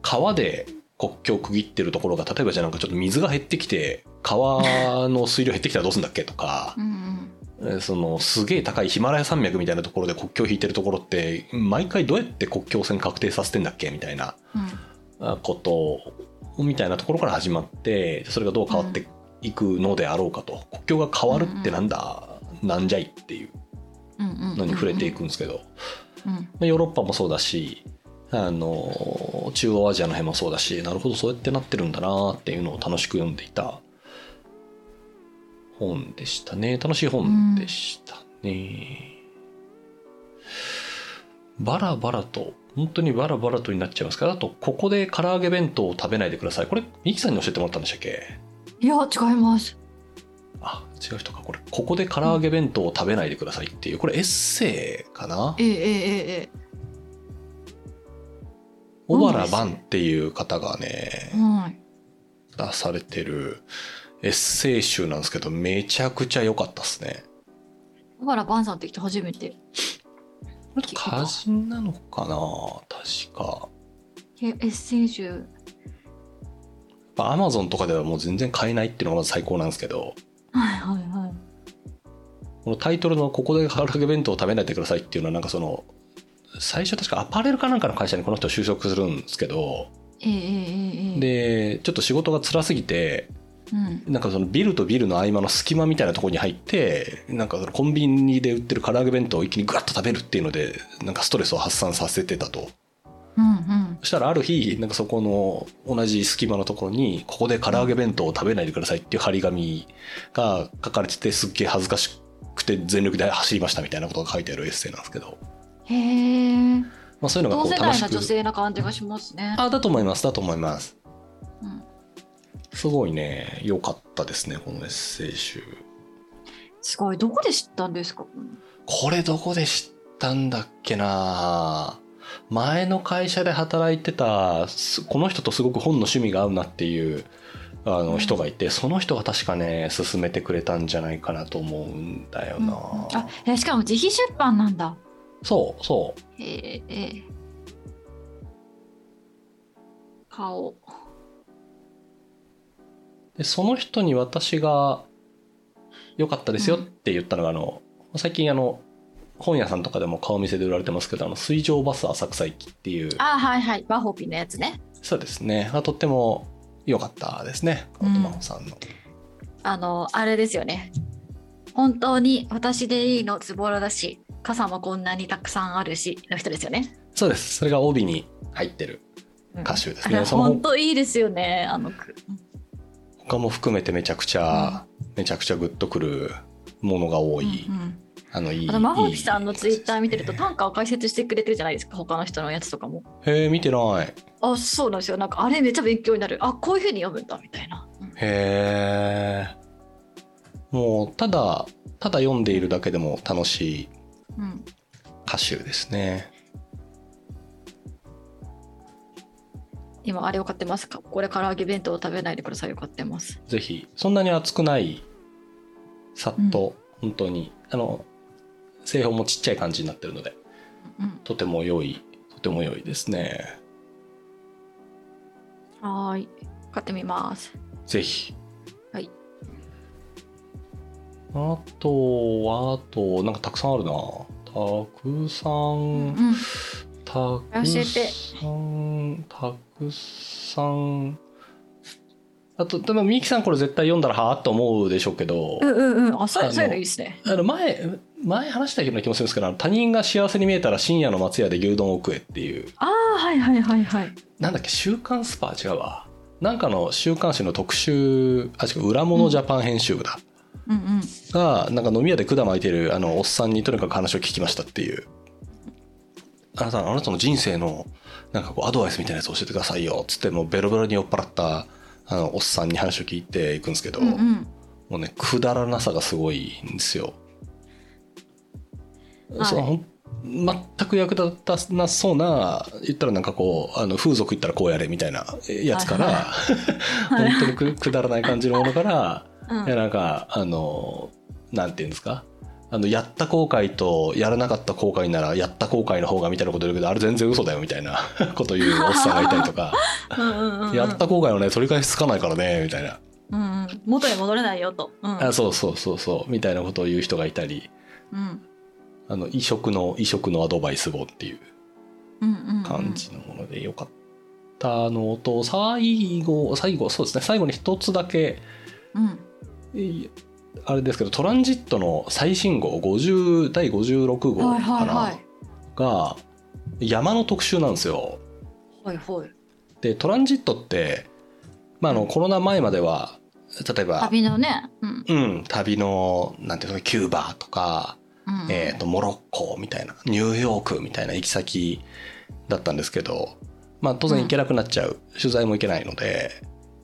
[SPEAKER 1] 川で国境を区切ってるところが、例えばじゃあなんかちょっと水が減ってきて、川の水量減ってきたらどうするんだっけとか、
[SPEAKER 2] うんうん
[SPEAKER 1] えーそのすげえ高いヒマラヤ山脈みたいなところで国境を引いてるところって毎回どうやって国境線確定させてんだっけみたいな
[SPEAKER 2] うん
[SPEAKER 1] あことみたいなところから始まってそれがどう変わっていくのであろうかと、国境が変わるってなんだ、なんじゃいっていう
[SPEAKER 2] うんうんうん
[SPEAKER 1] のに触れていくんですけど、
[SPEAKER 2] うん
[SPEAKER 1] まあヨーロッパもそうだしあの中央アジアの辺もそうだしなるほどそうやってなってるんだなっていうのを楽しく読んでいた本でしたね楽しい本でしたね、バラバラと本当にバラバラとになっちゃいますからあとここで唐揚げ弁当を食べないでくださいこれミキさんに教えてもらったんでしたっけ
[SPEAKER 2] いや違います
[SPEAKER 1] あ違う人かこれここで唐揚げ弁当を食べないでくださいっていうこれエッセイかな
[SPEAKER 2] えええええ
[SPEAKER 1] 小原晩っていう方がね
[SPEAKER 2] えはい
[SPEAKER 1] 出されてるエッセイ集なんですけどめちゃくちゃ良かったですね。
[SPEAKER 2] 小原晩さんって人初めて
[SPEAKER 1] 歌人なのかな確か。
[SPEAKER 2] えエッセイ集
[SPEAKER 1] アマゾンとかではもう全然買えないっていうのがまず最高なんですけど
[SPEAKER 2] はいはいはい
[SPEAKER 1] このタイトルの「ここで唐揚げ弁当を食べないでください」っていうのはなんかその最初確かアパレルかなんかの会社にこの人就職するんですけど
[SPEAKER 2] ええええええ
[SPEAKER 1] でちょっと仕事が辛すぎて
[SPEAKER 2] うん
[SPEAKER 1] なんかそのビルとビルの合間の隙間みたいなところに入ってなんかそのコンビニで売ってる唐揚げ弁当を一気にグワッと食べるっていうのでなんかストレスを発散させてたと
[SPEAKER 2] うんうん
[SPEAKER 1] そしたらある日なんかそこの同じ隙間のところにここで唐揚げ弁当を食べないでくださいっていう張り紙が書かれててすっげえ恥ずかしくて全力で走りましたみたいなことが書いてあるエッセイなんですけど、
[SPEAKER 2] へえ
[SPEAKER 1] まあ、そういうのが
[SPEAKER 2] 同
[SPEAKER 1] こう
[SPEAKER 2] 世
[SPEAKER 1] 楽
[SPEAKER 2] 代
[SPEAKER 1] し
[SPEAKER 2] な女
[SPEAKER 1] く
[SPEAKER 2] 性な感じがしますね
[SPEAKER 1] あだと思いますだと思います
[SPEAKER 2] うん
[SPEAKER 1] すごいね良かったですねこのエッセイ集
[SPEAKER 2] すごいどこで知ったんですか
[SPEAKER 1] これどこで知ったんだっけな前の会社で働いてたすこの人とすごく本の趣味が合うなっていうあ
[SPEAKER 2] う
[SPEAKER 1] の
[SPEAKER 2] ん
[SPEAKER 1] 人がいて、その人が確かね勧めてくれたんじゃないかなと思うんだよ
[SPEAKER 2] うんうん
[SPEAKER 1] な、
[SPEAKER 2] あえしかも自費出版なんだ
[SPEAKER 1] そうそう
[SPEAKER 2] へえええ顔
[SPEAKER 1] でその人に私が良かったですよって言ったのが、あの最近あの本屋さんとかでも顔見せで売られてますけどあの水上バス浅草行きっていう
[SPEAKER 2] あはいはいバホピのやつね
[SPEAKER 1] そうですねあとっても良かったですね。
[SPEAKER 2] う
[SPEAKER 1] オ
[SPEAKER 2] ん
[SPEAKER 1] トマホさんの。
[SPEAKER 2] あのあれですよね本当に私でいいのズボラだし傘もこんなにたくさんあるしの人ですよね、
[SPEAKER 1] そうです。それが帯に入ってる
[SPEAKER 2] うん
[SPEAKER 1] 歌手です
[SPEAKER 2] あれ
[SPEAKER 1] ね。その
[SPEAKER 2] 本当いいですよねあの句
[SPEAKER 1] 他も含めてめちゃくちゃ、めちゃくちゃグッとくるものが多い。
[SPEAKER 2] うんうん
[SPEAKER 1] あの、いい。
[SPEAKER 2] あとまほきさんのツイッター見てると
[SPEAKER 1] いい
[SPEAKER 2] 短歌を解説してくれてるじゃないですか他の人のやつとかも
[SPEAKER 1] へえ、見てない。
[SPEAKER 2] あそうなんですよなんかあれめっちゃ勉強になるあこういうふうに読むんだみたいな、うん
[SPEAKER 1] へえ。もう、ただ、ただ読んでいるだけでも楽しい
[SPEAKER 2] うん、
[SPEAKER 1] 歌手ですね。
[SPEAKER 2] 今あれを買ってますかこれ唐揚げ弁当を食べないでくださいを買ってます
[SPEAKER 1] ぜひ、そんなに熱くない、さっと、本当に、あの、製本もちっちゃい感じになってるので、
[SPEAKER 2] うん
[SPEAKER 1] とても良い、とても良いですね。
[SPEAKER 2] はーい買ってみます
[SPEAKER 1] ぜひ。
[SPEAKER 2] はい。
[SPEAKER 1] あと、あと、なんかたくさんあるな。たくさ
[SPEAKER 2] うん
[SPEAKER 1] ん、たく
[SPEAKER 2] 教えて
[SPEAKER 1] さん、たくさん。あと、でも、ミキさんこれ絶対読んだらはあと思うでしょうけど、
[SPEAKER 2] うんうんうんあ
[SPEAKER 1] あ
[SPEAKER 2] そう
[SPEAKER 1] の
[SPEAKER 2] そういうのいいですね
[SPEAKER 1] あの前、前話したような気もするんですけど、あの他人が幸せに見えたら深夜の松屋で牛丼を食えっていう、
[SPEAKER 2] ああはいはいはいはい
[SPEAKER 1] なんだっけ、週刊スパー違うわ。なんかの週刊誌の特集、あ、違う、裏物ジャパン編集部だ。
[SPEAKER 2] うんうん
[SPEAKER 1] がなんか飲み屋で管巻いてるあのおっさんにとにかく話を聞きましたっていうあなたあなたの人生のなんかこうアドバイスみたいなやつ教えてくださいよっつってもうベロベロに酔っ払ったあのおっさんに話を聞いていくんですけど、
[SPEAKER 2] うんうん
[SPEAKER 1] もうねくだらなさがすごいんですよ。
[SPEAKER 2] はい
[SPEAKER 1] そのほん全く役立たなそうな言ったらなんかこうあの風俗行ったらこうやれみたいなやつから、
[SPEAKER 2] い
[SPEAKER 1] 本当にくくだらない感じのものから。
[SPEAKER 2] うん
[SPEAKER 1] いやなんかあのなんていうんですかあのやった後悔とやらなかった後悔ならやった後悔の方がみたいなこと言うけどあれ全然嘘だよみたいな こと言うおっさんがいたりとか
[SPEAKER 2] うんうんうんうん
[SPEAKER 1] やった後悔はね取り返しつかないからねみたいな、
[SPEAKER 2] うんうん元に戻れないよとうん
[SPEAKER 1] あそうそうそうそうみたいなことを言う人がいたり
[SPEAKER 2] うん
[SPEAKER 1] あの異色の異色のアドバイス本っていう
[SPEAKER 2] うんうんうん
[SPEAKER 1] 感じのものでよかったのと最後最後そうですね最後に一つだけ
[SPEAKER 2] うん
[SPEAKER 1] いあれですけどトランジットの最新号50第56号かな、
[SPEAKER 2] はいはいはい
[SPEAKER 1] が山の特集なんですよ。
[SPEAKER 2] はいはい
[SPEAKER 1] でトランジットって、まあ、あのコロナ前までは例えば
[SPEAKER 2] 旅のねうん
[SPEAKER 1] うん、旅のなんていうのキューバとか、
[SPEAKER 2] うん
[SPEAKER 1] えー、とモロッコみたいなニューヨークみたいな行き先だったんですけど、まあ、当然行けなくなっちゃう、取材も行けないので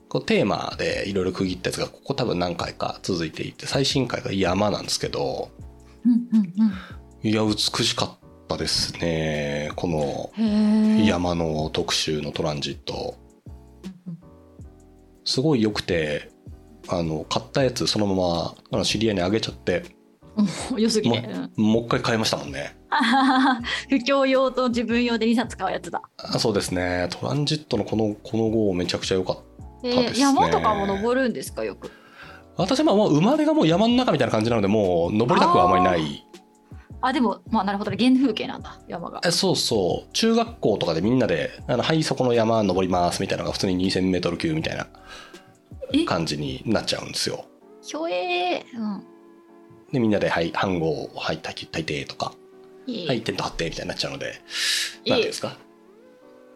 [SPEAKER 1] こうテーマでいろいろ区切ったやつがここ多分何回か続いていて最新回が山なんですけど
[SPEAKER 2] うんうん
[SPEAKER 1] いや美しかったですねこの
[SPEAKER 2] うんへえ
[SPEAKER 1] 山の特集のトランジットすごい良くてあの買ったやつそのままあの知り合いにあげちゃって
[SPEAKER 2] うん良すぎてうん
[SPEAKER 1] もう一回買いましたもんね
[SPEAKER 2] あははは 不況用と自分用で2冊買うやつだ。
[SPEAKER 1] あそうですねトランジットのこのこの号めちゃくちゃ良かった
[SPEAKER 2] え
[SPEAKER 1] そうですね
[SPEAKER 2] 山とかも登るんですかよく。
[SPEAKER 1] 私はまあもう生まれがもう山の中みたいな感じなのでもう登りたくはあまりない
[SPEAKER 2] あでもまあなるほどね原風景なんだ山が。
[SPEAKER 1] えそうそう中学校とかでみんなで「あのはいそこの山登ります」みたいなのが普通に 2000m 級みたいな
[SPEAKER 2] え
[SPEAKER 1] 感じになっちゃうんですよ
[SPEAKER 2] ひょえー、うん。
[SPEAKER 1] でみんなで「はい飯号をはい炊き炊いて」とか
[SPEAKER 2] いい。
[SPEAKER 1] はい、テント張ってみたいになっちゃうので、
[SPEAKER 2] ええ
[SPEAKER 1] なんていうんですか。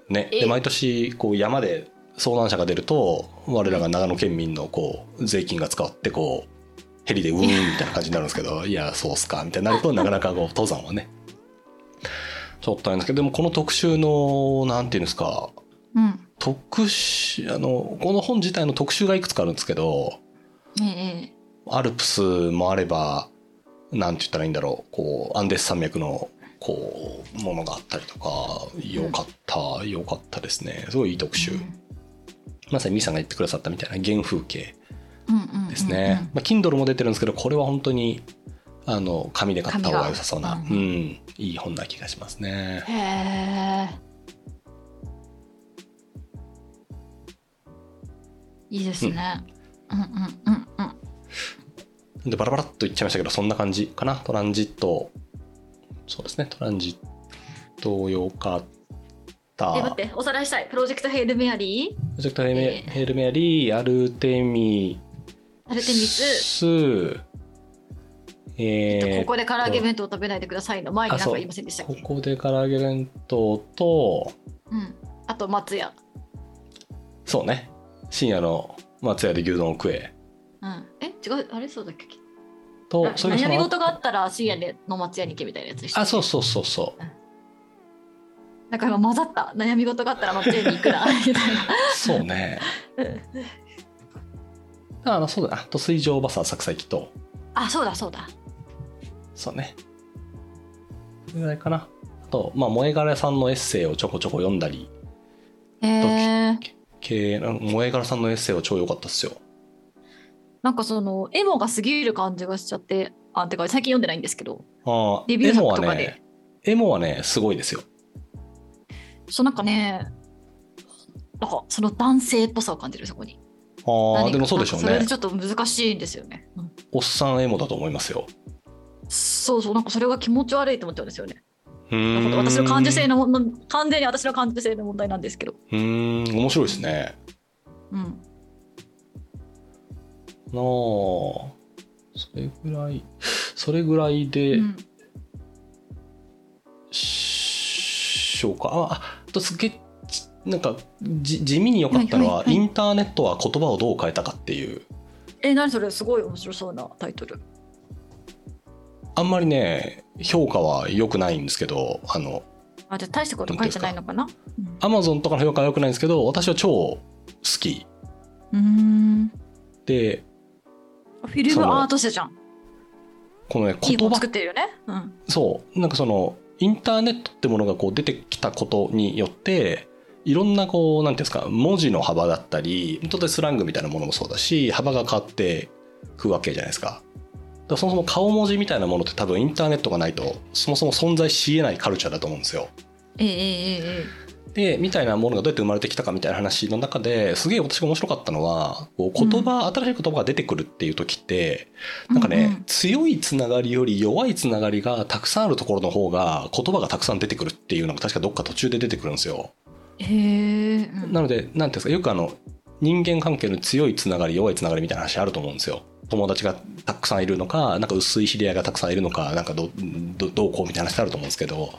[SPEAKER 1] ね、
[SPEAKER 2] ええ
[SPEAKER 1] で毎年こう山で遭難者が出ると、我らが長野県民のこう税金が使わってこう。ヘリでうーんみたいな感じになるんですけど、いや、そうっすかみたいになると、なかなかこう登山はね。ちょっとあれなんですけど、でもこの特集の、なんていうんですか。
[SPEAKER 2] うん。
[SPEAKER 1] 特集、あの、この本自体の特集がいくつかあるんですけど。
[SPEAKER 2] ええ
[SPEAKER 1] アルプスもあれば、なんて言ったらいいんだろう、こう、アンデス山脈の、こう、ものがあったりとか、よかった、よかったですね。すごいいい特集。まさにミさんが言ってくださったみたいな原風景
[SPEAKER 2] うんうんうんうん
[SPEAKER 1] ですね。まあ、Kindle も出てるんですけど、これは本当に、あの、紙で買った方が良さそうな、
[SPEAKER 2] 紙
[SPEAKER 1] うん、
[SPEAKER 2] が
[SPEAKER 1] いい本な気がしますね。
[SPEAKER 2] へえ。いいですね。うんうんうんうん。
[SPEAKER 1] で、バラバラっと言っちゃいましたけど、そんな感じかな。トランジット、そうですね、トランジットよかった。
[SPEAKER 2] え待っておさらいしたいプロジェクトヘイルメアリー
[SPEAKER 1] ジェクトヘルメ,、ヘルメアリー、アルテミ
[SPEAKER 2] アルテミス、
[SPEAKER 1] ス、えー
[SPEAKER 2] ここで唐揚げ弁当を食べないでくださいの前に何か言いませんでしたっ
[SPEAKER 1] こ
[SPEAKER 2] け
[SPEAKER 1] こで唐揚げ弁当と、
[SPEAKER 2] うん、あと松屋、
[SPEAKER 1] そうね、深夜の松屋で牛丼を食え
[SPEAKER 2] うん、え違うあれそうだっけ
[SPEAKER 1] と、それがそ
[SPEAKER 2] 悩み
[SPEAKER 1] の
[SPEAKER 2] 事があったら深夜での松屋に行けみたいなやつでした
[SPEAKER 1] あ、そうそうそうそう。
[SPEAKER 2] なんか今混ざった悩み事があったら松屋に行くな みたい
[SPEAKER 1] そう ね。
[SPEAKER 2] な
[SPEAKER 1] だからそうだな。あと水上バサー作祭機と、
[SPEAKER 2] あそうだそうだ
[SPEAKER 1] そうね。それぐらいかな。あと、まあ、萌え柄さんのエッセイをちょこちょこ読んだり、
[SPEAKER 2] へえ
[SPEAKER 1] 系あの萌え柄さんのエッセイは超良かったっすよ。
[SPEAKER 2] なんかそのエモが過ぎる感じがしちゃってあてか最近読んでないんですけど
[SPEAKER 1] ああ、
[SPEAKER 2] レビュー
[SPEAKER 1] エモ
[SPEAKER 2] 作
[SPEAKER 1] は
[SPEAKER 2] とかで
[SPEAKER 1] ね、エモはね、すごいですよ。
[SPEAKER 2] そうなんかねなんかその男性っぽさを感じるそこに
[SPEAKER 1] ああ、
[SPEAKER 2] 何か
[SPEAKER 1] でもそうでしょう
[SPEAKER 2] なんかそ
[SPEAKER 1] ね
[SPEAKER 2] れで。ちょっと難しいんですよね、うん
[SPEAKER 1] おっさんエモだと思いますよ。
[SPEAKER 2] そうそうなんかそれが気持ち悪いと思っちゃうんですよね
[SPEAKER 1] うーん
[SPEAKER 2] 私の感受性のもの完全に私の感受性の問題なんですけど
[SPEAKER 1] うーん、面白いですね。
[SPEAKER 2] うん
[SPEAKER 1] なあ、それぐらい、それぐらいで、
[SPEAKER 2] うん
[SPEAKER 1] しようか。あ、あとすげえ、ちなんか、じ地味に良かったのは、
[SPEAKER 2] はいはいはい
[SPEAKER 1] インターネットは言葉をどう変えたかっていう。
[SPEAKER 2] え何それすごい面白そうなタイトル
[SPEAKER 1] あんまりね、評価は良くないんですけど、あの、
[SPEAKER 2] あじゃあ大したこと書いてないのかなうん
[SPEAKER 1] アマゾンとかの評価は良くないんですけど、私は超好き。
[SPEAKER 2] うーん
[SPEAKER 1] で、
[SPEAKER 2] フィルムアート社じゃん
[SPEAKER 1] このね、
[SPEAKER 2] いい
[SPEAKER 1] 言
[SPEAKER 2] 本
[SPEAKER 1] 葉
[SPEAKER 2] 作ってるよねうん
[SPEAKER 1] そうなんかそのインターネットってものがこう出てきたことによっていろんなこうなんていうんですか文字の幅だったり本当にスラングみたいなものもそうだし幅が変わってくわけじゃないですか。だからそもそも顔文字みたいなものって多分インターネットがないとそもそも存在しえないカルチャーだと思うんですよ。
[SPEAKER 2] ええええええ
[SPEAKER 1] でみたいなものがどうやって生まれてきたかみたいな話の中ですげえ私が面白かったのはこう言葉、新しい言葉が出てくるっていう時ってなんかね、強いつながりより弱いつながりがたくさんあるところの方が言葉がたくさん出てくるっていうのが確かどっか途中で出てくるんですよ。
[SPEAKER 2] へえうん
[SPEAKER 1] なので何ていうんですかよくあの人間関係の強いつながり弱いつながりみたいな話あると思うんですよ。友達がたくさんいるのかなんか薄い知り合いがたくさんいるのかなんかどどどうこうみたいな話あると思うんですけど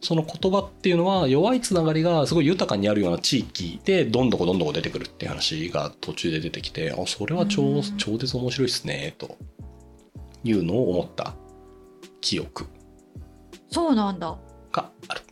[SPEAKER 1] その言葉っていうのは弱いつながりがすごい豊かにあるような地域でどんどこどんどこ出てくるっていう話が途中で出てきてあそれは
[SPEAKER 2] う
[SPEAKER 1] 超
[SPEAKER 2] ん
[SPEAKER 1] 超絶面白いですねというのを思った記憶
[SPEAKER 2] そうなんだ
[SPEAKER 1] がある。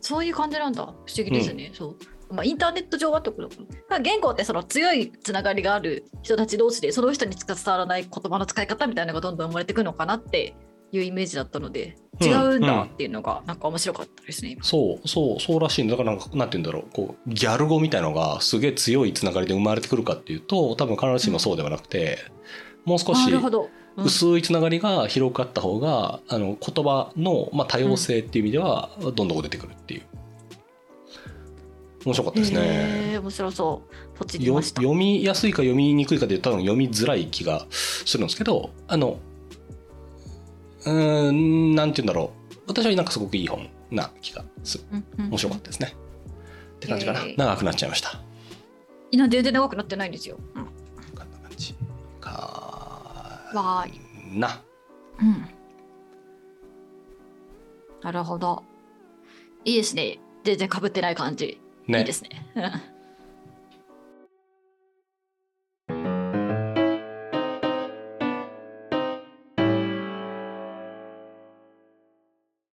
[SPEAKER 2] そういう感じなんだ不思議ですね、そうまあインターネット上はってことだもんだから言語ってその強いつながりがある人たち同士でその人にしか伝わらない言葉の使い方みたいなのがどんどん生まれてくのかなっていうイメージだったので
[SPEAKER 1] うん
[SPEAKER 2] 違うんだっていうのがなんか面白かったですね、今
[SPEAKER 1] そうそうそうらしいんだだからなんかなんて言うんだろうこうギャル語みたいのがすげえ強いつながりで生まれてくるかっていうと多分必ずしもそうではなくてもう少
[SPEAKER 2] な
[SPEAKER 1] し
[SPEAKER 2] るほど、うん
[SPEAKER 1] 薄いつながりが広がった方があの言葉の、まあ、多様性っていう意味ではどんどんこう出てくるっていう面白かったですね。
[SPEAKER 2] へー面白そうそっちにい
[SPEAKER 1] よ
[SPEAKER 2] ました
[SPEAKER 1] 読みやすいか読みにくいかで多分読みづらい気がするんですけどあのうーんなんて言うんだろう私はなんかすごくいい本な気がする。面
[SPEAKER 2] 面
[SPEAKER 1] 白かったたですね。って感じかな
[SPEAKER 2] え。ー
[SPEAKER 1] 長くなっちゃいました。
[SPEAKER 2] 今全然長くなってないんですよ、うん
[SPEAKER 1] こんな感じか
[SPEAKER 2] わーい、
[SPEAKER 1] な。
[SPEAKER 2] うん、なるほどいいですね全然かぶってない感じいい
[SPEAKER 1] ね
[SPEAKER 2] で。すね。うん